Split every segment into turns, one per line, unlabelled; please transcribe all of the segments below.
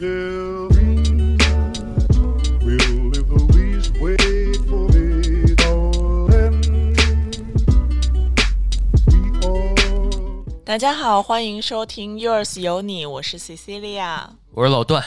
building will always wait for me, darling. We all.
大家好，欢迎收听《Yours 有你》，我是 Cecilia，
我是老段。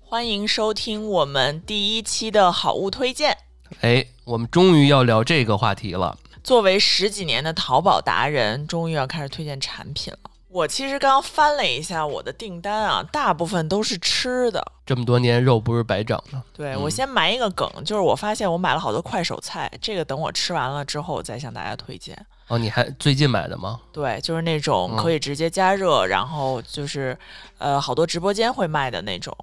欢迎收听我们第一期的好物推荐。
哎，我们终于要聊这个话题了。
作为十几年的淘宝达人，终于要开始推荐产品了。我其实刚翻了一下我的订单啊，大部分都是吃的。
这么多年肉不是白长的，
对、我先埋一个梗，就是我发现我买了好多快手菜，这个等我吃完了之后我再向大家推荐。
哦，你还最近买的吗？
对，就是那
嗯
种可以直接加热，然后就是呃，好多直播间会卖的那种，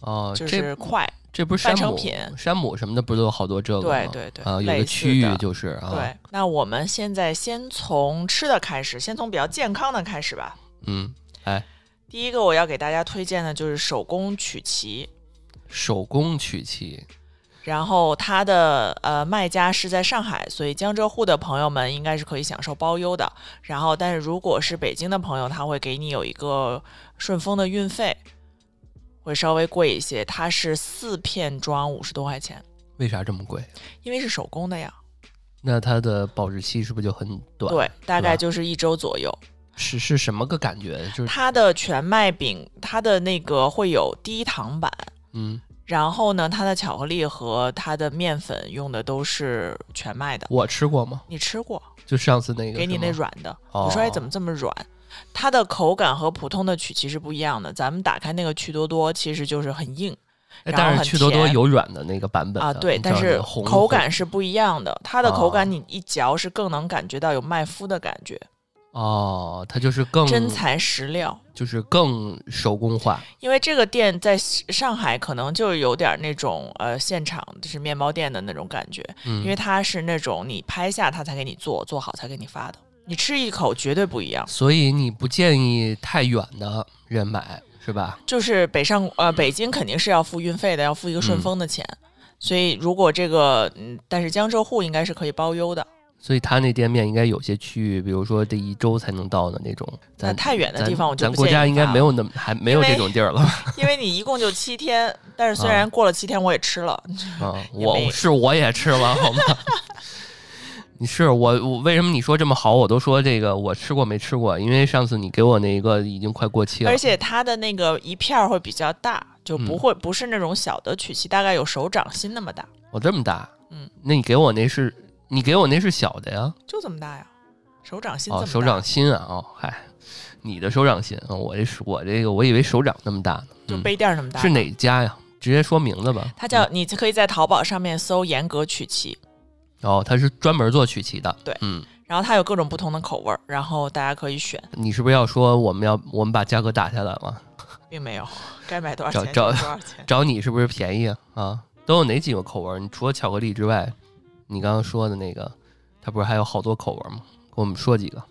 哦，
就是
这
快。
这不是山
半成
姆
品
山姆什么的，不是都有好多这个吗？
对对对
啊，有
类
个
似
区域
的
就是啊，
对，那我们现在先从吃的开始，先从比较健康的开始吧。
嗯，哎，
第一个我要给大家推荐的就是手工曲奇，
手工曲奇，
然后它的呃卖家是在上海，所以江浙沪的朋友们应该是可以享受包邮的。然后，但是如果是北京的朋友，他会给你有一个顺丰的运费，会稍微贵一些。它是四片装，五十多块钱，
为啥这么贵？
因为是手工的呀。
那它的保质期是不是就很短？
对，大概
吧
就是一周左右。
是是什么个感觉？就是
它的全麦饼，它的那个会有低糖版，
嗯，
然后呢，它的巧克力和它的面粉用的都是全麦的。
我吃过吗？
你吃过？
就上次那个
给你
是
那
吗
软的，
哦
你说哎怎么这么软？它的口感和普通的曲奇是不一样的。咱们打开那个趣多多，其实就是很硬
哎
然后
但是
很
趣多多
甜
有软的那个版本
啊，
的
对，
你
但
知道那
是
个红
口
红
感是不一样的。它的口
哦
感你一嚼是更能感觉到有麦麸的感觉，
哦，它就是更
真材实料。
就是更手工化。
因为这个店在上海，可能就是有点那种呃现场就是面包店的那种感觉，因
嗯
为它是那种你拍下它才给你做，做好才给你发的。你吃一口绝对不一样，
所以你不建议太远的人买，是吧？
就是北上呃北京肯定是要付运费的，要付一个
嗯
顺丰的钱，所以如果这个嗯，但是江浙沪应该是可以包邮的，
所以他那店面应该有些区域，比如说这一周才能到的那种。咱
那太远的
咱
地方我就
咱
不
国
建
家
议
应该
发
没有那么还没有
因为
这种地儿了。
因为你一共就七天，但是虽
啊
然过了七天我也吃了，
啊，
也
我
没
是我也吃了，好吗？ 你是我我为什么你说这么好？我都说这个我吃过没吃过，因为上次你给我那个已经快过期了
而。且它的那个一片儿会比较大，就不
嗯
会、不是那种小的曲奇，大概有手掌心那么大，
我这么大，
嗯，
那你给我那是你给我那是小的呀？
就这么大呀，手掌心这么
哦，
大。
手掌心啊，哦，嗨，你的手掌心啊，我这是我这个我以为手掌那么大呢。
就
嗯
杯垫儿那么大。
是哪家呀？直接说名字吧。嗯
它叫你可以在淘宝上面搜“严格曲奇
哦，他是专门做曲奇的。
对
嗯，”，
然后它有各种不同的口味儿，然后大家可以选，
你是不是要说我们要我们把价格打下来了？
并没有该买多少
找
钱
找
就多少钱。
找你是不是便宜啊？啊，都有哪几个口味儿？你除了巧克力之外，你刚刚说的那个，它不是还有好多口味儿吗？给我们说几个。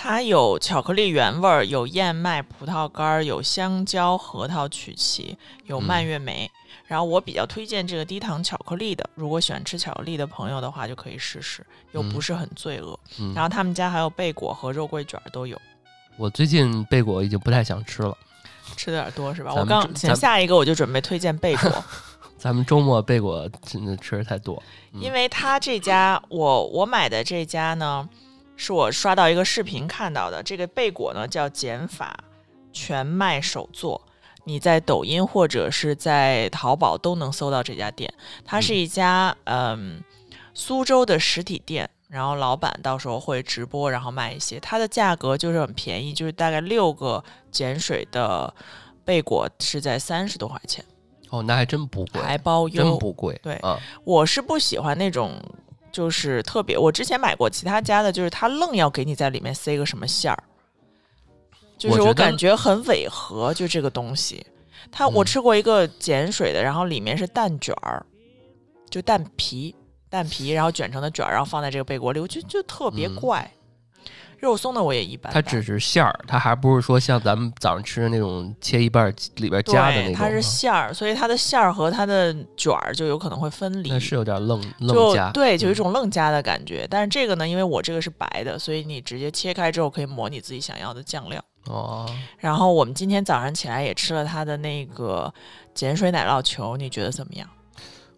它有巧克力原味儿，有燕麦、葡萄干儿，有香蕉、核桃曲奇，有
嗯
蔓越莓。然后我比较推荐这个低糖巧克力的，如果喜欢吃巧克力的朋友的话，就可以试试，又不是很罪恶。
嗯
然，后他们家还有贝果和肉桂卷儿都有，
我最近贝果已经不太想吃了。
吃的有点多是吧？
咱
我
们
刚
咱
行，
们
下一个我就准备推荐贝果，
咱们周末贝果真的吃的太多。嗯
因为他这家我我买的这家呢，是我刷到一个视频看到的。这个贝果呢叫减法全麦手作，你在抖音或者是在淘宝都能搜到这家店。它是一家嗯苏州的实体店，然后老板到时候会直播，然后卖一些。它的价格就是很便宜，就是大概六个碱水的贝果是在三十多块钱，
哦，那还真不贵，
还包邮，
真不贵。
对
啊，
我是不喜欢那种，就是特别。我之前买过其他家的，就是他愣要给你在里面塞个什么馅儿，就是
我觉
我
得
感觉很违和，就这个东西。它我
嗯
吃过一个碱水的，然后里面是蛋卷儿，就蛋皮，蛋皮，然后卷成的卷儿，然后放在这个贝果里，我觉得就特别
嗯
怪。肉松的我也一般
它
般，
只是馅儿，它还不是说像咱们早上吃的那种切一半儿里边儿
对
加的那种。
它是
啊
馅儿，所以它的馅儿和它的卷儿就有可能会分离。
那是有点愣愣
就
加，
对，就有一
嗯
种愣夹的感觉。但是这个呢，因为我这个是白的，所以你直接切开之后可以抹你自己想要的酱料。
哦，
然后我们今天早上起来也吃了它的那个碱水奶酪球，你觉得怎么样？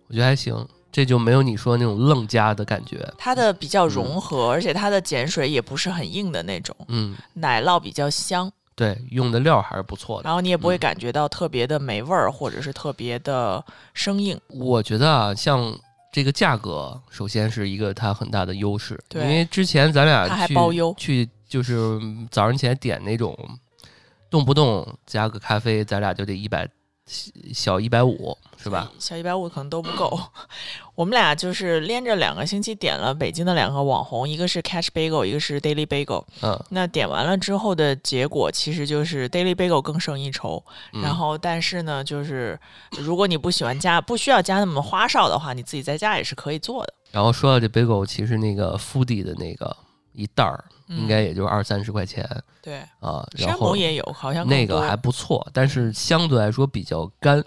我觉得还行，这就没有你说那种愣加的感觉。
它的比较融合，而且它的碱水也不是很硬的那种，
嗯，
奶酪比较香，
对，用的料还是不错的。
然后你也不会
嗯
感觉到特别的没味儿，或者是特别的生硬。
我觉得啊，像这个价格，首先是一个它很大的优势，
对
因为之前咱俩
它还
去
包邮
去就是嗯早上起来点那种，动不动加个咖啡，咱俩就得一百小一百五是吧？？
小一百五可能都不够。 我们俩就是连着两个星期点了北京的两个网红，一个是 Catch Bagel，一个是 Daily Bagel。
嗯，
那点完了之后的结果，其实就是 Daily Bagel 更胜一筹。
嗯
然后，但是呢，就是如果你不喜欢加，不需要加那么花哨的话，你自己在家也是可以做的。
然后说到这 bagel，其实那个 foodie 的那个一袋儿，
嗯
应该也就二三十块钱
对，
啊。然
山
后
姆也有，好像更
那个
多
还不错，但是相对来说比较干。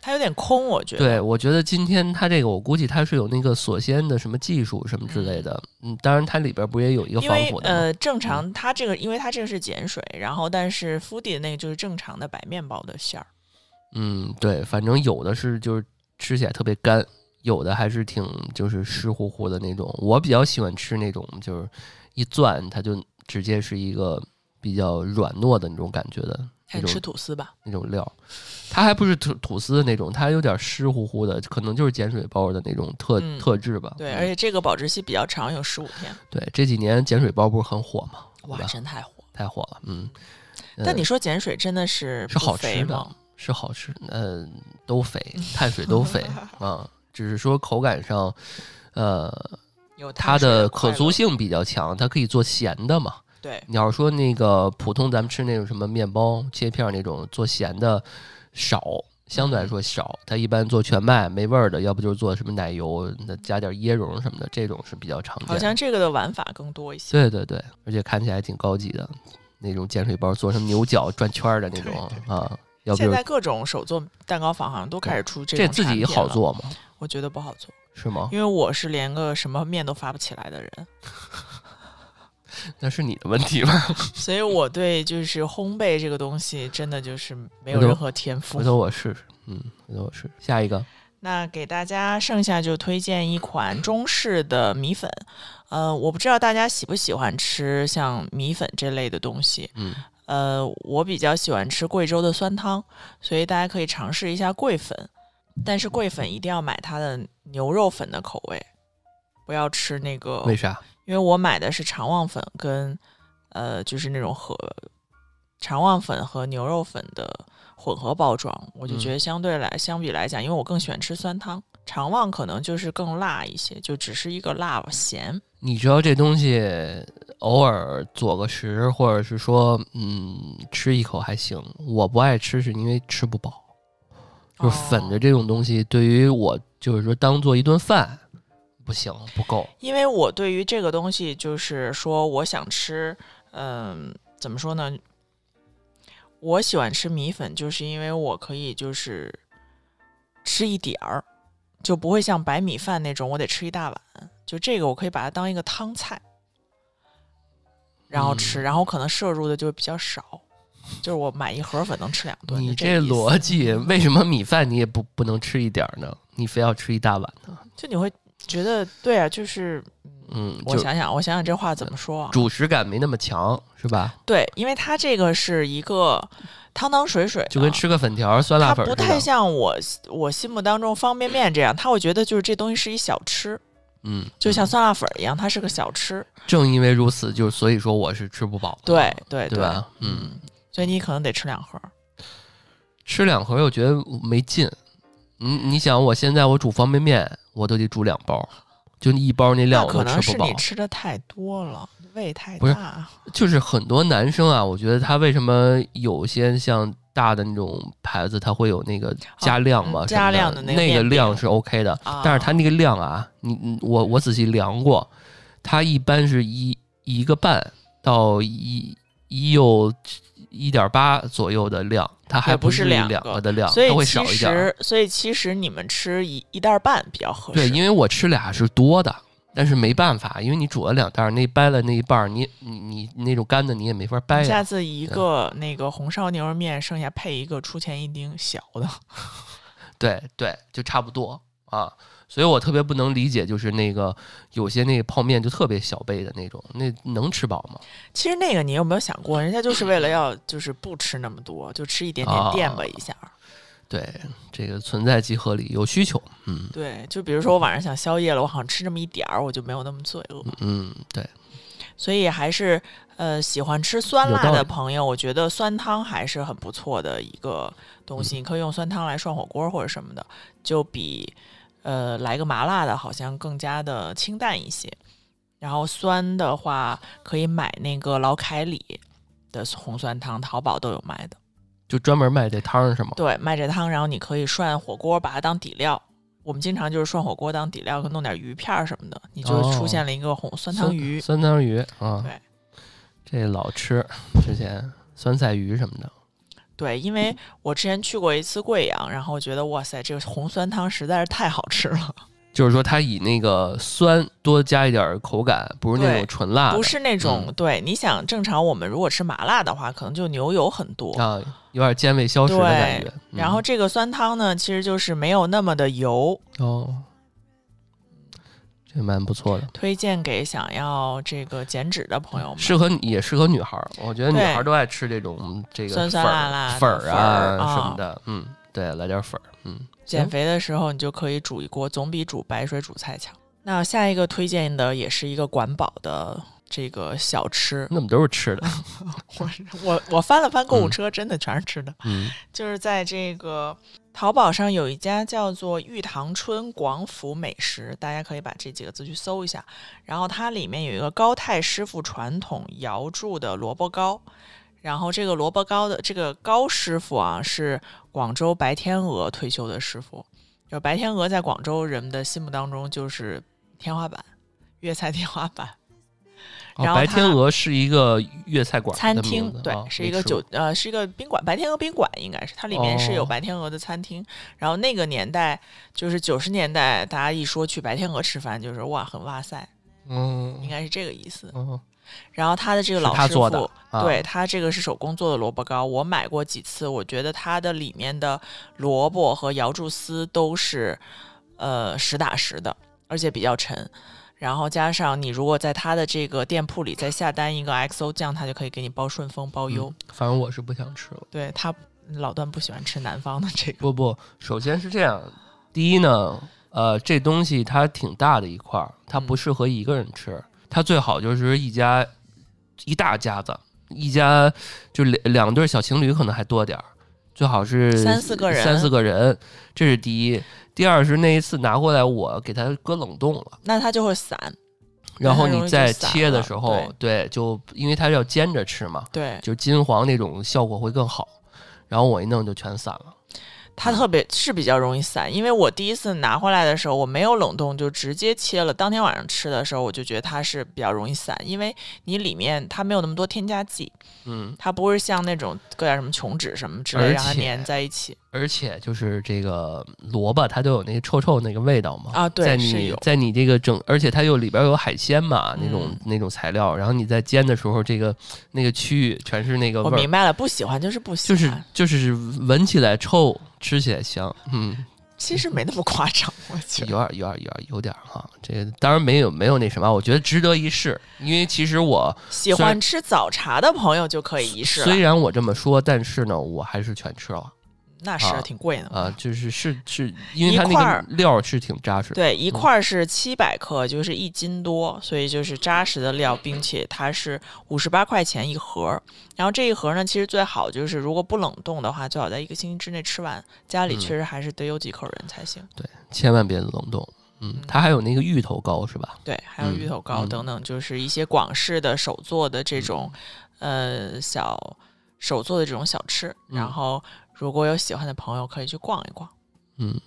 它有点空，我觉得。
对，我觉得今天它这个，我估计它是有那个锁鲜的什么技术什么之类的。嗯，当然它里边不也有一个
因
防
为
腐的嗯吗？
呃，正常它这个，因为它这个是碱水，然后但是 foodie 的那个就是正常的白面包的馅儿。
嗯，对，反正有的是就是吃起来特别干，有的还是挺就是湿乎乎的那种。我比较喜欢吃那种就是一攥它就直接是一个比较软糯的那种感觉的
还
那
是
种
吃吐司吧，
那种料，它还不是吐吐司的那种，它有点湿乎乎的，可能就是碱水包的那种特、
嗯
特质吧。
对，
嗯
而且这个保质期比较长，有十五天。
对这几年碱水包不是很火嘛，对
哇，
吧
真太火！
太火了，嗯。呃
但你说碱水真的是
是
不
好
肥
吃的
吗？
是好吃，呃，都肥，碳 水都肥啊，只是说口感上，呃，
有
它
水
的
快
可
乐
塑性比较强，它可以做咸的嘛。
对，
你要是说那个普通咱们吃那种什么面包切片儿那种做咸的少，相
嗯
对来说少。它一般做全麦没味儿的，要不就是做什么奶油，那加点椰蓉什么的，这种是比较常
好
见的。
像这个的玩法更多一些。
对对对，而且看起来还挺高级的，那种碱水包做成牛角转圈儿的那种啊，要不
现
就
在
是
各种手做蛋糕坊好像都开始出这
这
种
自
产
己
品
好
了，
做吗？哦
我觉得不好做，
是吗？
因为我是连个什么面都发不起来的人，
那是你的问题吧？
所以我对就是烘焙这个东西真的就是没有
回头
任何天赋
回。头我试试，嗯，回头我试试。下一个，
那给大家剩下就推荐一款中式的米粉，呃，我不知道大家喜不喜欢吃像米粉这类的东西，
嗯，
呃，我比较喜欢吃贵州的酸汤，所以大家可以尝试一下桂粉，但是桂粉一定要买它的牛肉粉的口味，不要吃那个，
为啥？
因为我买的是肠旺粉跟呃，就是那种和肠旺粉和牛肉粉的混合包装，我就
嗯
觉得相对来、相比来讲，因为我更喜欢吃酸汤，肠旺可能就是更辣一些，就只是一个辣咸，
你知道这东西偶尔做个食，或者是说，嗯，吃一口还行。我不爱吃是因为吃不饱，就是粉的
哦
这种东西，对于我就是说当做一顿饭不行，不够。
因为我对于这个东西，就是说我想吃，嗯、怎么说呢？我喜欢吃米粉，就是因为我可以就是吃一点儿，就不会像白米饭那种我得吃一大碗。就这个，我可以把它当一个汤菜，然
嗯
后吃，然后可能摄入的就比较少。就是我买一盒粉能吃两顿，
你
就这个意思嗯
逻辑，为什么米饭你也不不能吃一点儿呢？你非要吃一大碗呢？
就你会觉得对啊，就是
嗯，
我
就
想想，我想想这话怎么说啊？
主食感没那么强，是吧？
对，因为它这个是一个汤汤水水的，
就跟吃个粉条儿、酸辣
它
粉儿
不
似的。
太像我我心目当中方便面这样，它会觉得就是这东西是一小吃，
嗯，
就像
嗯
酸辣粉儿一样，它是个小吃。
正因为如此，就是所以说我是吃不饱的，
对对
哦对吧？嗯，
所以你可能得吃两盒。
吃两盒又觉得没劲。你你想，我现在我煮方便面，我都得煮两包，就一包那
那
量我
可
都
能
吃
是
不饱
你。吃的太多了，胃太
不是
大。
就是很多男生啊，我觉得他为什么有些像大的那种牌子，它会有那个加量
嗯
嘛，什么
加量的那
那
个面
个
饼
量是 OK 的，
啊
但是它那个量啊，你你我我仔细量过，它一般是一一个半到一一又一点八左右的量，它还
也不是
是
两
两
个
的量，
所
它
以
会
其
少一点儿。
实，所以其实你们吃一一袋儿半比较合
对，
适。
因为我吃俩是多的，但是没办法，因为你煮了两袋儿，那掰了那一半儿，你你你那种干的你也没法掰
下
呀。
次一
对
个那个红烧牛肉面，剩下配一个出前一丁小的，
对对，就差不多啊。所以我特别不能理解，就是那个有些那个泡面就特别小杯的那种，那能吃饱吗？
其实那个你有没有想过，人家就是为了要就是不吃那么多，就吃一点点
哦
垫吧一下儿。
对，这个存在即合理，有需求。嗯
对，就比如说我晚上想宵夜了，我好像吃这么一点儿，我就没有那么罪恶。
嗯，对，
所以还是呃喜欢吃酸
有
辣
道
的
理
朋友，我觉得酸汤还是很不错的一个东
嗯
西，你可以用酸汤来涮火锅或者什么的，就比呃来个麻辣的好像更加的清淡一些。然后酸的话，可以买那个老凯里的红酸汤，淘宝都有卖的。
就专门卖这汤儿是吗？
对，卖这汤，然后你可以涮火锅，把它当底料。我们经常就是涮火锅当底料，可弄点鱼片儿什么的，你就出
哦
现了一个红酸汤
酸
鱼。
酸汤鱼啊，
对，
这老吃之前酸菜鱼什么的，
对，因为我之前去过一次贵阳，然后我觉得哇塞，这个红酸汤实在是太好吃了，
就是说它以那个酸多加一点儿口感，不是那
对
种纯辣的，嗯
不是那种、对，你想正常我们如果吃麻辣的话，可能就牛油很多，
啊，有点兼味消食的感觉嗯
对。然后这个酸汤呢，其实就是没有那么的油，
嗯哦，这蛮不错的，
推荐给想要这个减脂的朋友们。
适合你也适合女孩儿，我觉得女
哦对
孩儿都爱吃这种这个
酸酸
粉儿
辣辣的
粉儿啊
粉儿啊
什么的，嗯，对，来点粉儿，嗯，
减
行，
肥的时候，你就可以煮一锅，总比煮白水煮菜强。那下一个推荐的也是一个管饱的这个小吃
那么都是 吃的，
我我我翻了翻购物车，真的全是吃的，
嗯，
就是在这个淘宝上有一家叫做玉堂春广府美食，大家可以把这几个字去搜一下。然后它里面有一个高泰师傅传统窑铸的萝卜糕，然后这个萝卜糕的这个高师傅啊，是广州白天鹅退休的师傅。就白天鹅在广州人们的心目当中就是天花板，粤菜天花板。
哦
然后
白
它
天鹅是一个粤菜馆儿
餐
的
厅
名字，
对，
啊
是
没
一个
吃过
酒呃，是一个宾馆，白天鹅宾馆应该是，它里面是有
哦
白天鹅的餐厅。然后那个年代就是九十年代，大家一说去白天鹅吃饭，就是哇，很哇塞，应
嗯，
该是这个意思。
哦
然后他的这个
是
老
他
师傅，
做的啊
对他这个是手工做的萝卜糕，我买过几次，我觉得它的里面的萝卜和瑶柱丝都是呃实打实的，而且比较沉。然后加上你如果在他的这个店铺里再下单一个 XO 酱，他就可以给你包顺丰包邮。
嗯反正我是不想吃了。
对他老段不喜欢吃南方的这个，
不不，首先是这样，第一呢，呃，这东西它挺大的一块儿，它不
嗯
适合一个人吃，它最好就是一家一大家子，一家就两两对小情侣可能还多点儿，最好是
三四个人
呃三四个人，这是第一。第二是那一次拿过来，我给它搁冷冻了，
那它就会散。
然后你
它容易
再
就散
切的
了
时候，对，就因为它要煎着吃嘛，
对，
就金黄那种效果会更好。然后我一弄就全散了，嗯
它特别是比较容易散，因为我第一次拿回来的时候，我没有冷冻，就直接切了。当天晚上吃的时候，我就觉得它是比较容易散，因为你里面它没有那么多添加剂，
嗯。
它不是像那种搁点什么琼脂什么之类
而
让它
且
粘在一起。
而且就是这个萝卜，它都有那个臭臭那个味道嘛。
啊对
在
是
你
有
在你这个整，而且它又里边有海鲜嘛，那种、
嗯
那种材料，然后你在煎的时候，这个那个区域全是那个
我
味
明
儿，
白了，不喜欢就是不喜
就
欢，
是就是闻起来臭，吃起来香，嗯，
其实没那么夸张，我觉
有
得。
点儿有点儿有点儿有点儿哈。这个当然没有没有那什么，我觉得值得一试，因为其实我
喜
虽
欢
然
吃早茶的朋友就可以一试
虽
了，
然我这么说，但是呢，我还是全吃了
那是
啊
挺贵的嘛
啊，就是是是因为
嗯一
它
块
那
儿
个料儿是挺嗯扎实的。
对，一块儿是七百克，就是一斤多，所以就是扎实的料，并且它是五十八块钱一盒儿。然后这一盒呢，其实最好就是如果不冷冻的话，最好在一个星期之内吃完。家里
嗯
确实还是得有几口人才行。
千万别冷冻。嗯
嗯，
它还有那个芋头糕是吧？
对，还有芋
嗯
头糕
嗯
等等，就是一些广式的手做的这种，呃，小手做的这种小吃。然
嗯
后如果有喜欢的朋友，可以去逛一逛。
嗯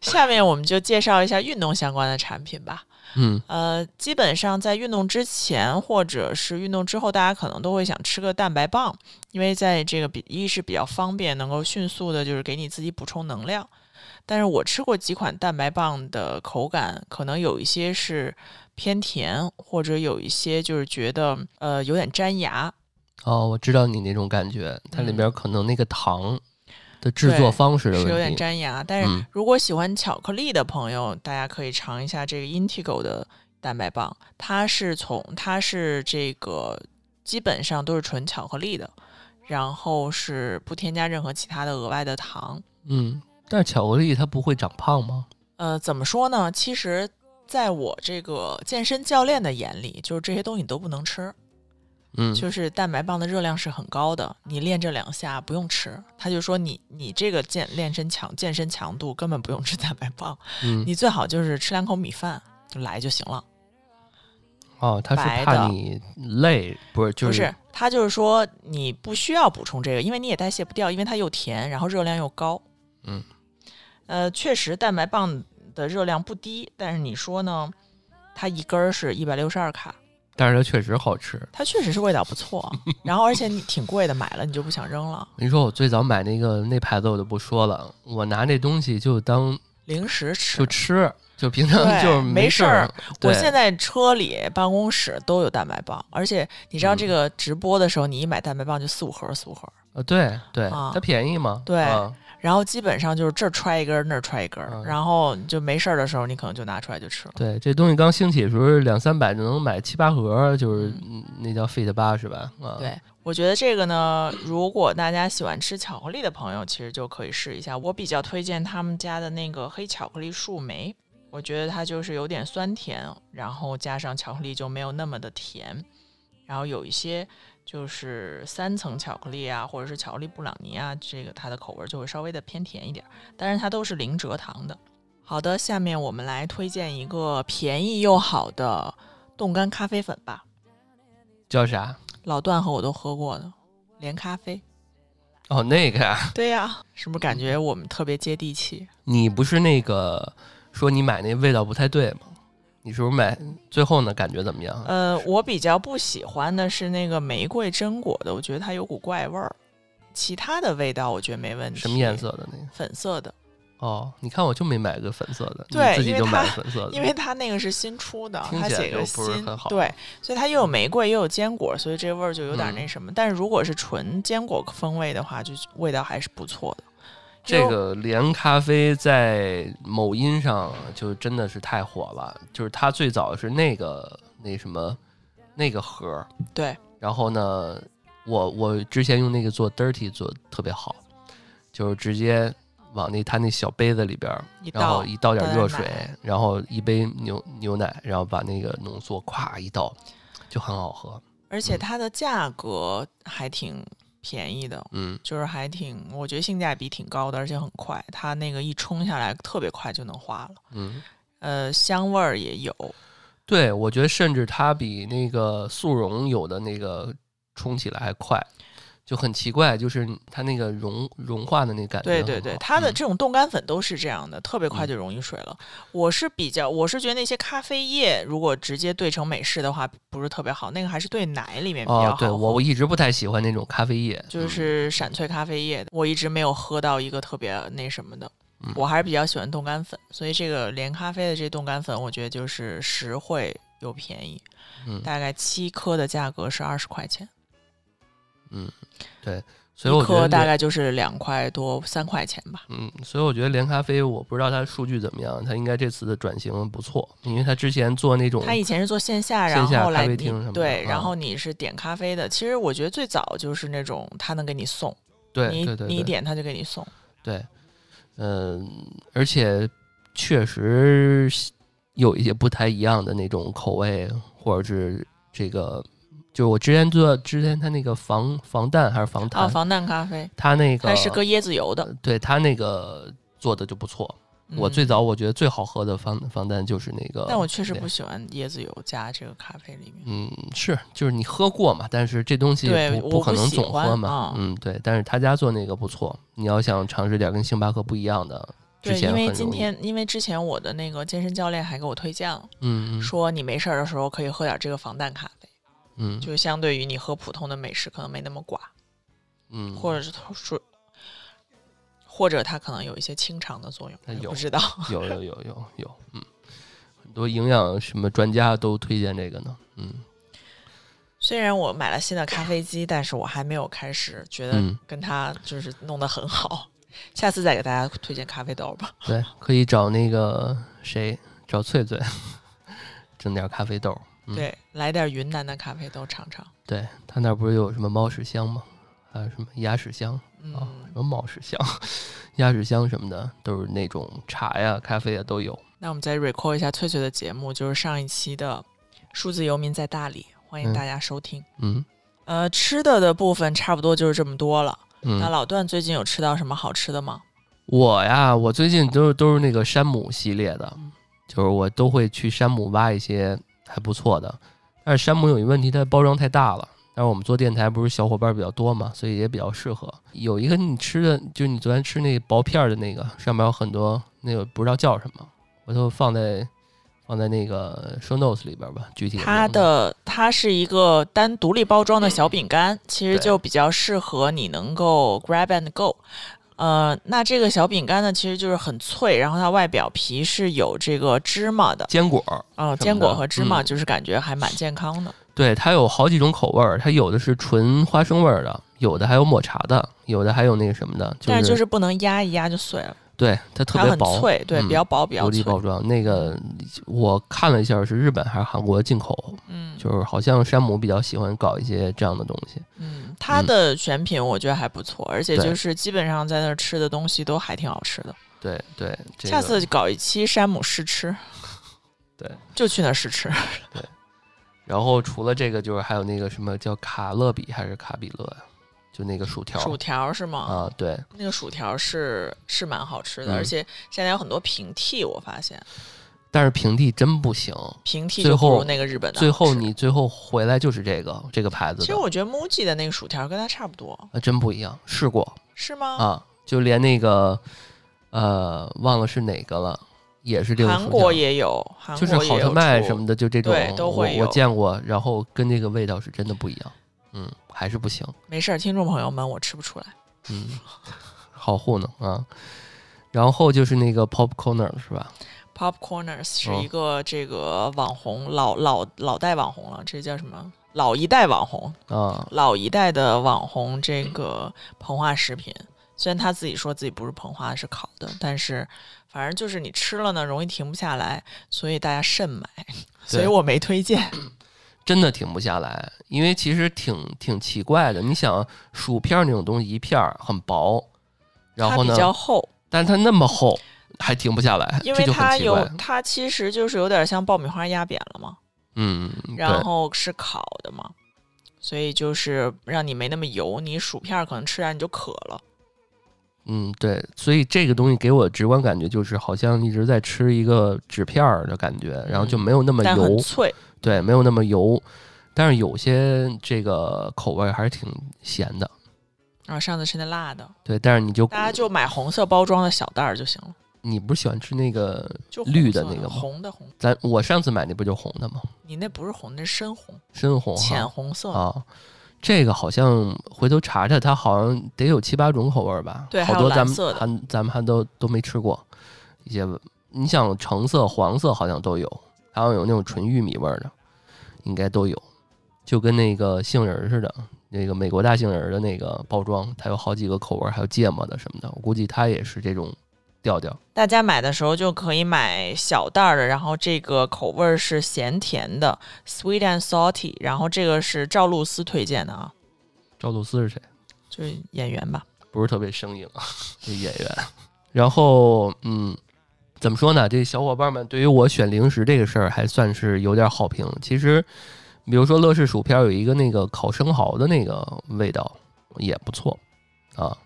下面我们就介绍一下运动相关的产品吧。
嗯，
呃，基本上在运动之前或者是运动之后，大家可能都会想吃个蛋白棒，因为在这个比一是比较方便，能够迅速的就是给你自己补充能量。但是我吃过几款蛋白棒的口感，可能有一些是偏甜，或者有一些就是觉得呃有点粘牙。
哦，我知道你那种感觉，它里
嗯
边可能那个糖的制作
对
方式的
是有
问
点
题。
粘牙，但是
嗯
如果喜欢巧克力的朋友，大家可以尝一下这个 Intego 的蛋白棒，它是从它是这个基本上都是纯巧克力的，然后是不添加任何其他的额外的糖。
嗯，但是巧克力它不会长胖吗？
呃，怎么说呢？其实，在我这个健身教练的眼里，就是这些东西你都不能吃，
嗯，
就是蛋白棒的热量是很高的，你练这两下不用吃。他就说你你这个健练身强健身强度根本不用吃蛋白棒。
嗯
你最好就是吃两口米饭就来就行了。
哦，它
白
是怕
的
你累，不是就
不是，他就是说你不需要补充这个，因为你也代谢不掉，因为它又甜，然后热量又高。
嗯，
呃，确实蛋白棒的热量不低，但是你说呢？它一根儿是一百六十二卡，
但是它确实好吃。
它确实是味道不 错，然后而且你挺贵的，买了你就不想扔了。
我跟你说，我最早买那个那牌子我就不说了，我拿那东西就当
零食吃，
就吃，就平常
对
就是
没
事
事儿。我
对
现在车里、办公室都有蛋白棒，而且你知
嗯
道这个直播的时候，你一买蛋白棒就四五盒儿、四五盒儿，
呃对对，
啊
它便宜嘛。
对
啊
然后基本上就是这儿揣一根儿，那儿揣一根儿，
嗯
然后你就没事儿的时候，你可能就拿出来就吃了。
对，这东西刚兴起的时候，两三百就能买七八盒，就是嗯那叫 Fit 八是吧？啊，，
对，我觉得这个呢，如果大家喜欢吃巧克力的朋友，其实就可以试一下。我比较推荐他们家的那个黑巧克力树莓，我觉得它就是有点酸甜，然后加上巧克力就没有那么的甜。然后有一些就是三层巧克力啊，或者是巧克力布朗尼啊，这个它的口味就会稍微的偏甜一点儿，但是它都是零蔗糖的。好的，下面我们来推荐一个便宜又好的冻干咖啡粉吧。
叫啥？
老段和我都喝过的，连咖啡。
哦，那个呀，
对呀、是不是感觉我们特别接地气？
你不是那个说你买那味道不太对吗？你是不是买最后呢？感觉怎么样？啊
呃，我比较不喜欢的是那个玫瑰榛果的，我觉得它有股怪味儿。其他的味道我觉得没问题。
什么颜？色的那个？
粉色的，
哦，你看我就没买个粉色的，
对
你自己
因为
就买
它
了粉色的，
因为它那个是新出的，
听
它
起来
写
就
个
不是
新
很好，
对，所以它又有玫瑰又有坚果，所以这味儿就有点
嗯
那什么。但是如果是纯坚果风味的话，就味道还是不错的。因为
这个连咖啡在某音上就真的是太火了，就是它最早是那个那什么那个盒儿，
对，
然后呢，我我之前用那个做 dirty 做得特别好，就是直接往那它那小杯子里边儿，
一
然后
倒
一倒点
倒点
热水
奶，
然后一杯牛牛奶，然后把那个浓缩咵一倒，就很好喝，
而且
嗯
它的价格还挺便宜的，
嗯。
就是还挺，我觉得性价比挺高的，而且很快，它那个一冲下来特别快就能化了，
嗯，
呃，香味儿也有，
对，我觉得甚至它比那个速溶有的那个冲起来还快，就很奇怪，就是它那个融融化的那感
对
觉很好。
对对，它的
嗯
这种冻干粉都是这样的，特别快就溶于水了。我是比较，我是觉得那些咖啡液如果直接兑成美式的话，不是特别好，那个还是兑奶里面比较
哦
好，
对
喝
我我一直不太喜欢那种咖啡液，
就
嗯
是闪萃咖啡液，我一直没有喝到一个特别那什么的，
嗯
我还是比较喜欢冻干粉，所以这个连咖啡的这冻干粉，我觉得就是实惠又便宜，
嗯
大概七颗的价格是二十块钱，
所以我
一
觉得
颗大
连
概就是两块多三块钱吧。
嗯，所以我觉得连咖啡，我不知道它数据怎么样，它应该这次的转型不错，因为它之前做那种
他以前是做线下，
线
然
下
后
咖
来
啡
你
厅什么的
对，
啊
然后你是点咖啡的。其实我觉得最早就是那种他能给你送，
对
你
对对
你一
对
点他就给你送。
对，嗯、而且确实有一些不太一样的那种口味，或者是这个，就是我之前做之前它那个防防弹还是防弹，
啊，防弹咖啡，
它那个
它是搁椰子油的。
对它那个做的就不错。呃
嗯
我最早我觉得最好喝的防防弹就是那个，
但我确实不喜欢椰子油加这个咖啡里面。
嗯，是，就是你喝过嘛，但是这东西
对
不
我
可
不
能
喜
总喝
欢
嘛，
啊
嗯，对。但是他家做那个不错，你要想尝试点跟星巴克不一样的，之
对，
前
因为
很
今
容易
天，因为之前我的那个健身教练还给我推荐了，
嗯
说你没事儿的时候可以喝点这个防弹咖啡，
嗯
就相对于你喝普通的美式可能没那么寡，
嗯，
或者是说，或者它可能有一些清肠的作用，
它
也
有
不知道。
有有有有有，嗯，很多营养什么专家都推荐这个呢，嗯
虽然我买了新的咖啡机，但是我还没有开始觉得
嗯，
跟它就是弄得很好。下次再给大家推荐咖啡豆吧。
对，可以找那个谁，找翠翠， 整点咖啡豆，嗯
对，来点云南的咖啡豆尝尝。
对他那儿不是有什么猫屎香吗？还有什么鸭屎香啊、
嗯
什，么猫屎香、鸭屎香什么的，都是那种茶呀、咖啡呀都有。
那我们再 recall 一下翠翠的节目，就是上一期的《数字游民在大理》，欢迎
嗯
大家收听。
嗯
呃，吃的的部分差不多就是这么多了。那
嗯，
老段最近有吃到什么好吃的吗？
我呀，我最近都都是那个山姆系列的，就是我都会去山姆挖一些还不错的。但是山姆有一个问题，它包装太大了。但是我们做电台不是小伙伴比较多嘛，所以也比较适合。有一个你吃的，就是你昨天吃那个薄片儿的那个，上面有很多那个不知道叫什么，回头放在放在那个 show notes 里边吧，具体
它
名字
的它是一个单独立包装的小饼干，其实
对
就比较适合你能够 grab and go。呃，那这个小饼干呢，其实就是很脆，然后它外表皮是有这个芝麻的，
坚果儿，
啊，
的
坚果和芝麻，
嗯
就是感觉还蛮健康的。
对，它有好几种口味儿，它有的是纯花生味儿的，有的还有抹茶的，有的还有那个什么的，
但
是
是就是不能压一压就碎了，
对它特
它
别
很
薄，
脆，对，
嗯
比较薄，比较
独立
脆。
包装。那个我看了一下，是日本还是韩国进口，
嗯
就是好像山姆比较喜欢搞一些这样的东西。
嗯，它的选品我觉得还不错，而且
对
就是基本上在那儿吃的东西都还挺好吃的。
对对，这
下
个
次搞一期山姆试吃，
对，
就去那儿试吃。
然后除了这个，就是还有那个什么叫卡乐比还是卡比乐呀？就那个薯条
薯条是吗？
啊，对，
那个薯条是是蛮好吃的，
嗯
而且现在有很多平替，我发现
但是平地真不行，
平替
最
就不
后
如那个日本的好吃。
最后你最后回来就是这个这个牌子
其
的
实，我觉得 MUJI 的那个薯条跟它差不多，
啊，真不一样，试过。
是吗？
啊，就连那个呃，忘了是哪个了，也是这种
韩
薯
国
条
也有，韩
就是
国也
好
有
特卖
出
什么的，就这种
对都会
我
有
我见过，然后跟这个味道是真的不一样，嗯，还是不行，
没事儿，听众朋友们，我吃不出来。
嗯，好糊弄啊。然后就是那个 Pop Corner 是吧？
Pop Corners 是
哦
一个这个网红，老老老代网红了，这叫什么？老一代网红，
啊，
老一代的网红，这个膨化食品。虽然他自己说自己不是膨化，是烤的，但是反正就是你吃了呢，容易停不下来，所以大家慎买。所以我没推荐。
真的停不下来，因为其实挺挺奇怪的。你想，薯片儿那种东西一片儿很薄，然后
它
呢
比，较厚，
但它那么厚，还停不下来，
因
这
为
就
它
很奇
有
怪。
它其实就是有点像爆米花压扁了嘛。
嗯，对
然后是烤的嘛，所以就是让你没那么油。你薯片儿可能吃完你就渴了，
嗯，对，所以这个东西给我直观感觉就是好像一直在吃一个纸片儿的感觉，然后就没有那么
嗯但很
油，
脆。
对，没有那么油。但是有些这个口味还是挺咸的，
然后上次吃那辣的，
对。但是你就
大家就买红色包装的小袋儿就行了，
你不是喜欢吃那个
就红
绿的
色
那个吗？
红的红，
咱我上次买那不就红的吗？
你那不是红，那是深红，
深红
浅
哈
红色。
啊，这个好像回头查查，它好像得有七八种口味儿吧？
对还
好
有
多
蓝
咱们
色的
还咱们还都都没吃过一些。你想橙色、黄色好像都有，还有有那种纯玉米味儿的，应该都有。就跟那个杏仁儿似的，那个美国大杏仁儿的那个包装，它有好几个口味儿，还有芥末的什么的。我估计它也是这种调调。
大家买的时候就可以买小袋儿的，然后这个口味儿是咸甜的，sweet and salty。然后这个是赵露思推荐的啊，
赵露思是谁？
就是演员吧。
不是特别生硬啊， 这演员。然后，嗯，怎么说呢？这小伙伴们对于我选零食这个事儿还算是有点好评。其实，比如说乐事薯片有一个那个烤生蚝的那个味道也不错啊。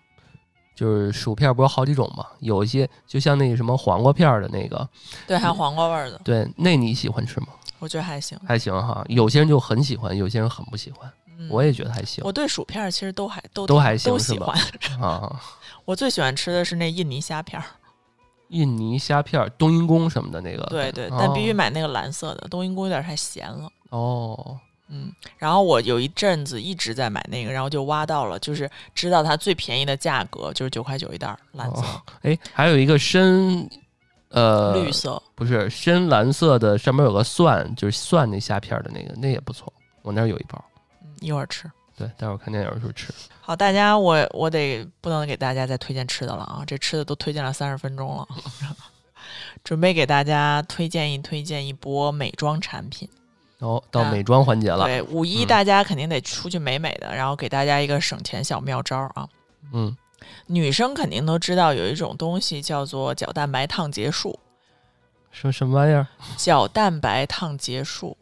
就是薯片不是有好几种嘛，有一些就像那个什么黄瓜片儿的那个，
对，
嗯
还有黄瓜味儿的，
对，那你喜欢吃吗？
我觉得还行。
还行哈，有些人就很喜欢，有些人很不喜欢。
嗯、
我也觉得还行
我对薯片儿其实都还都
都
挺
还行
都
是
喜
吧
欢。
啊。
我最喜欢吃的是那印尼虾片儿，
印尼虾片儿、冬阴功什么的那个，
对对，
哦
但必须买那个蓝色的，冬阴功有点太咸了。
哦，
嗯，然后我有一阵子一直在买那个，然后就挖到了，就是知道它最便宜的价格就是九块九一袋儿蓝色、
哦，哎，还有一个深，呃，
绿色，
不是深蓝色的，上面有个蒜，就是蒜那虾片儿的那个，那也不错。我那儿有一包，
嗯一会儿吃。
对，待会儿看电影的时候吃。
好，大家我我得不能给大家再推荐吃的了啊，这吃的都推荐了三十分钟了， 准备给大家推荐一推荐一波美妆产品。
然后哦到
啊
美妆环节了，
对，五一
嗯
大家肯定得出去美美的，然后给大家一个省钱小妙招儿啊。
嗯，
女生肯定都知道有一种东西叫做角蛋白烫结束，
什什么玩意儿？
角蛋白烫结束，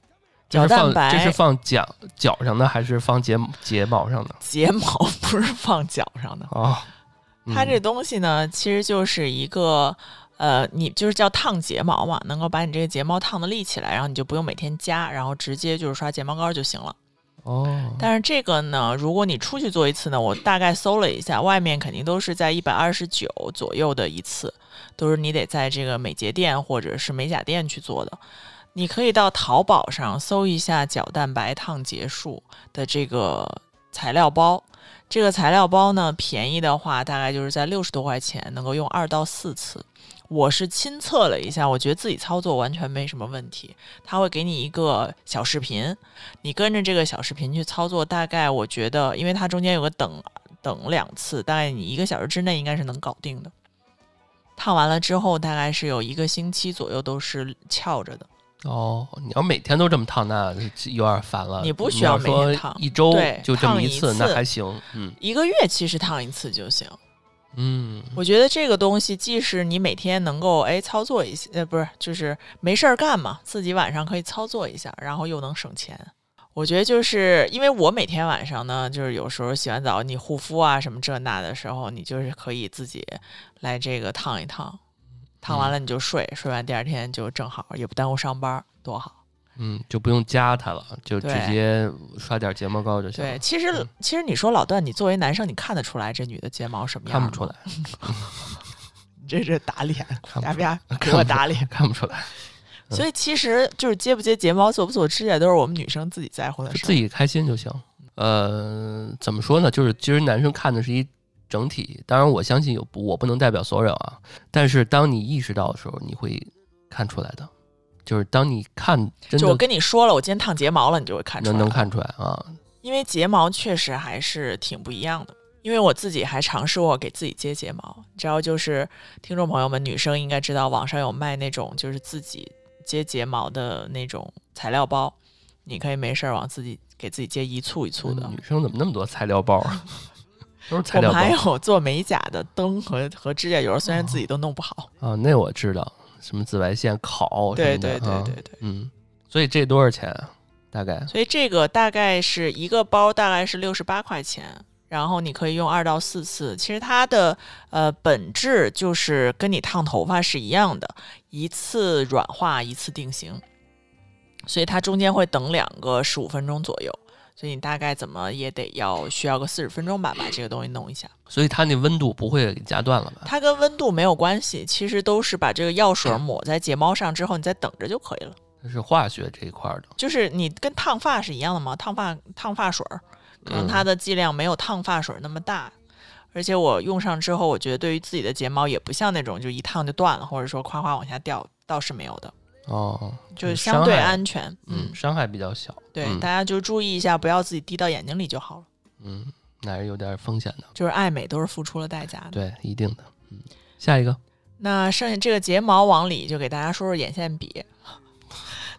这
角
是
蛋
放这
白
是放脚脚上的还是放睫睫毛上的
睫毛 不是放脚上的，
啊？嗯
它这东西呢，其实就是一个。呃，你就是叫烫睫毛嘛，能够把你这个睫毛烫的立起来，然后你就不用每天夹，然后直接就是刷睫毛膏就行了。
哦，
但是这个呢，如果你出去做一次呢，我大概搜了一下，外面肯定都是在一百二十九左右的一次，都是你得在这个美睫店或者是美甲店去做的。你可以到淘宝上搜一下角蛋白烫结束的这个材料包，这个材料包呢，便宜的话大概就是在六十多块钱，能够用二到四次。我是亲测了一下，我觉得自己操作完全没什么问题。它会给你一个小视频，你跟着这个小视频去操作，大概我觉得，因为它中间有个等等两次，大概你一个小时之内应该是能搞定的。烫完了之后，大概是有一个星期左右都是翘着的。
哦，你要每天都这么烫，那是有点烦了。
你不需要
你说
每天烫
一周
对
就这么
烫一
次，
次
那还行。嗯
一个月其实烫一次就行，
嗯，
我觉得这个东西既是你每天能够哎操作一些，呃，不是，就是没事儿干嘛，自己晚上可以操作一下，然后又能省钱。我觉得就是因为我每天晚上呢，就是有时候洗完澡，你护肤啊什么这那的时候，你就是可以自己来这个烫一烫，烫完了你就睡，睡完第二天就正好，也不耽误上班，多好。
嗯，就不用夹它了，就直
对
接刷点睫毛膏就行了
对，。其实
嗯
其实你说老段，你作为男生，你看得出来这女的睫毛什么样？
看不出来，，
你这是打脸，
看不
啪
出来，
啪给
看不
我
出
打脸。
看不出来，嗯
所以其实就是接不接睫毛、做不做指甲，都是我们女生自己在乎的
就
事。
自己开心就行。呃，怎么说呢？就是其实男生看的是一整体，当然我相信有我不能代表所有人啊，但是当你意识到的时候，你会看出来的。就是当你看，真
就我
的
跟你说了，我今天烫睫毛了，你就会看出来
能能
了，
看出来啊，
因为睫毛确实还是挺不一样的。因为我自己还尝试过给自己接睫毛，你知道，就是听众朋友们，女生应该知道，网上有卖那种就是自己接睫毛的那种材料包，你可以没事儿往自己给自己接一簇一簇的。
嗯女生怎么那么多材料包 啊？都是材
我
料
们
包
还有做美甲的灯和和指甲油，虽然自己都弄不好。
啊，那我知道，什么紫外线烤什
对
么的，
对对
啊
对对。
嗯，所以这多少钱啊？大概
所以这个大概是一个包，大概是六十八块钱，然后你可以用二到四次。其实它的呃本质就是跟你烫头发是一样的，一次软化，一次定型，所以它中间会等两个十五分钟左右。所以你大概怎么也得要需要个四十分钟吧，把这个东西弄一下。
所以它那温度不会给夹断了吧？
它跟温度没有关系，其实都是把这个药水抹在睫毛上之后，你再等着就可以了。
它是化学这一块儿的，
就是你跟烫发是一样的嘛，烫发烫发水儿，可能
嗯
它的剂量没有烫发水儿那么大，而且我用上之后，我觉得对于自己的睫毛也不像那种就一烫就断了，或者说夸夸往下掉，倒是没有的，
哦，
就是
伤
相对
害
安全。嗯
嗯，，伤害比较小，
对，
嗯
大家就注意一下，不要自己滴到眼睛里就好了。
嗯，那还是有点风险的，
就是爱美都是付出了代价的。
对，一定的，嗯，下一个，
那剩下这个睫毛往里就给大家说说眼线 笔。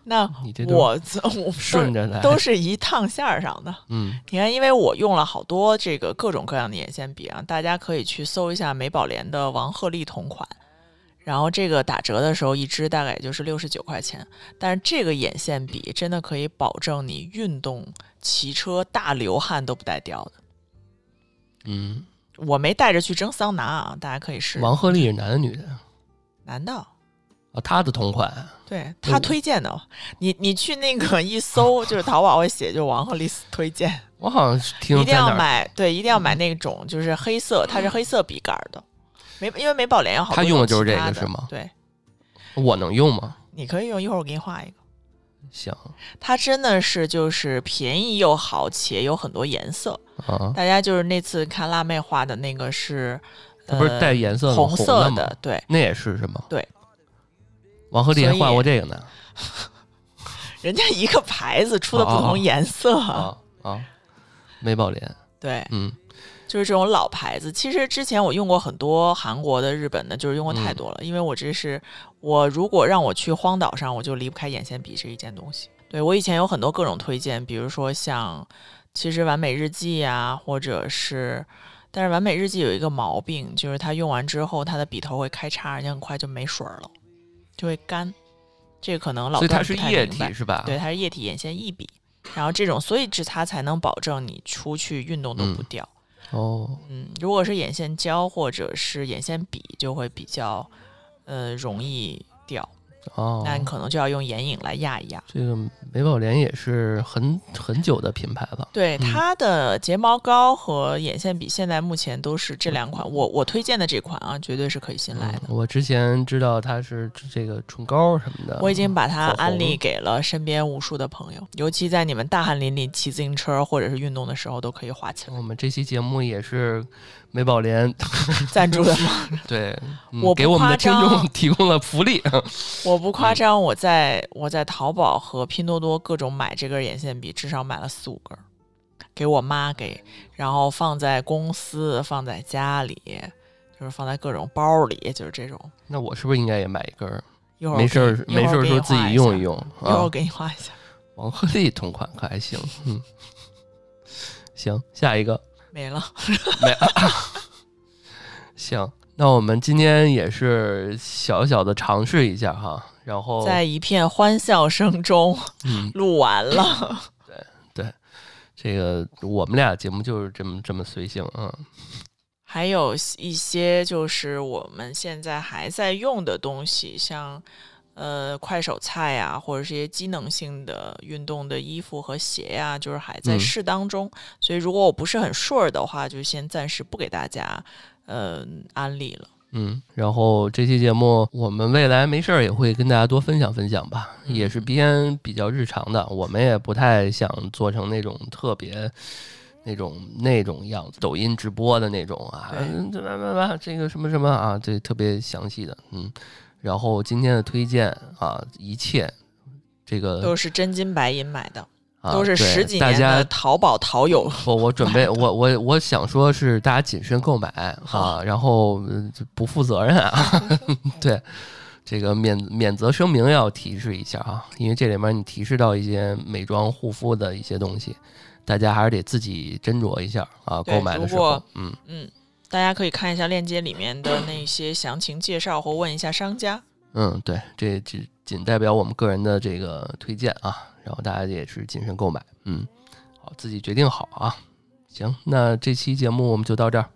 那
你这都
我自我
顺着来，
都都是一烫线儿上的，
嗯，
你看，因为我用了好多这个各种各样的眼线笔啊，大家可以去搜一下美宝莲的王鹤棣同款，然后这个打折的时候一支大概也就是六十九块钱，但是这个眼线笔真的可以保证你运动、骑车、大流汗都不带掉的。
嗯，
我没带着去蒸桑拿啊，大家可以试。
王鹤棣是男的女的啊
男的，？
哦他的同款，
对他推荐的，哦你你去那个一搜，就是淘宝会写就王鹤棣推荐，
我好像是听
一定
在哪
要
儿嗯
买，对，一定要买那种就是黑色，它是黑色笔杆儿的。美，因为美宝莲有好多
他用的就是
种其
这个
他的
是吗
对，
我能用吗？
你可以用，一会儿我给你画一个。
香
它真的是就是便宜又好，且有很多颜色。
啊，
大家就是那次看辣妹画的那个是，
它
呃，
不是带颜色的吗
红色
红的
的
吗，
对，
那也是什么？
对，
王鹤棣还
所以
画过这个呢
人家一个牌子
哦
出的不同颜色，
啊啊，美宝莲，
对，
嗯，
就是这种老牌子。其实之前我用过很多韩国的、日本的，就是用过
嗯
太多了。因为我这是我如果让我去荒岛上，我就离不开眼线笔这一件东西。对我以前有很多各种推荐，比如说像其实完美日记啊，或者是。但是完美日记有一个毛病，就是它用完之后，它的笔头会开叉，而且很快就没水儿了，就会干。这个可能老
所以它
段
是
不太
液
明白
体是吧？
对，，它是液体眼线一笔，然后这种，所以这它才能保证你出去运动都不
嗯
掉。
哦，
嗯如果是眼线胶或者是眼线笔，就会比较呃容易掉，
哦，
那你可能就要用眼影来压一压。
这个美宝莲也是很很久的品牌了。
对
嗯
它的睫毛膏和眼线笔，现在目前都是这两款，我我推荐的这款啊，绝对是可以信赖的。
嗯我之前知道它是这个唇膏什么的，
我已经把它
口红
安利给了身边无数的朋友，尤其在你们大汗淋漓骑自行车或者是运动的时候，都可以花 钱
我们这期节目也是美 宝莲
赞助的吗？
对，嗯
我不
给我们的听
夸
众
张
提供了福利。
我不
嗯
夸张，我在我在淘宝和拼多多各种买这根眼线笔，至少买了四五根儿，给我妈给，然后放在公司，放在家里，就是放在各种包里，就是这种。
那我是不是应该也买一根儿？
一会儿我
没事儿
给，你
没事儿时候自己用
一会
一用
儿我给你画一下，一会儿我。给你画一下。
啊王鹤棣同款可还行， 嗯，行，下一个
没了，
没、行。那我们今天也是小小的尝试一下哈，然后
在一片欢笑声中
嗯，
录完了。
这个我们俩节目就是这么这么随性啊，
还有一些就是我们现在还在用的东西，像呃快手菜呀、或者是一些机能性的运动的衣服和鞋呀、就是还在
嗯
试当中。所以如果我不是很 sure 的话，就先暂时不给大家呃安利了。
嗯，然后这期节目我们未来没事儿也会跟大家多分享分享吧，
嗯
也是编比较日常的，我们也不太想做成那种特别那种那种样子，抖音直播的那种啊，
对
嗯这吧吧吧，这个什么什么啊，这特别详细的，嗯，然后今天的推荐啊，一切这个
都是真金白银买的，
呃啊
都是
对
十几
大
年
家
的淘宝淘友。
我我准备我我我想说是大家谨慎购买啊
好，
然后呃就不负责任啊， 对，这个免免责声明要提示一下啊，因为这里面你提示到一些美妆护肤的一些东西，大家还是得自己斟酌一下啊，
对
购买的时
如
候
果，
嗯，
嗯，大家可以看一下链接里面的那些详情介绍，或问一下商家。
嗯，对，这只仅代表我们个人的这个推荐啊，然后大家也是谨慎购买，嗯，好，自己决定好啊。行，那这期节目我们就到这儿。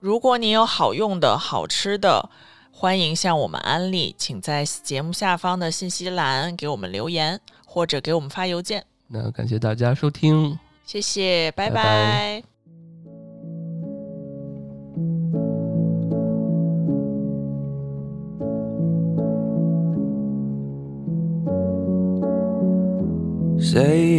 如果你有好用的好吃的，欢迎向我们安利，请在节目下方的信息栏给我们留言，或者给我们发邮件。
那感谢大家收听，
谢谢，拜
拜拜
Say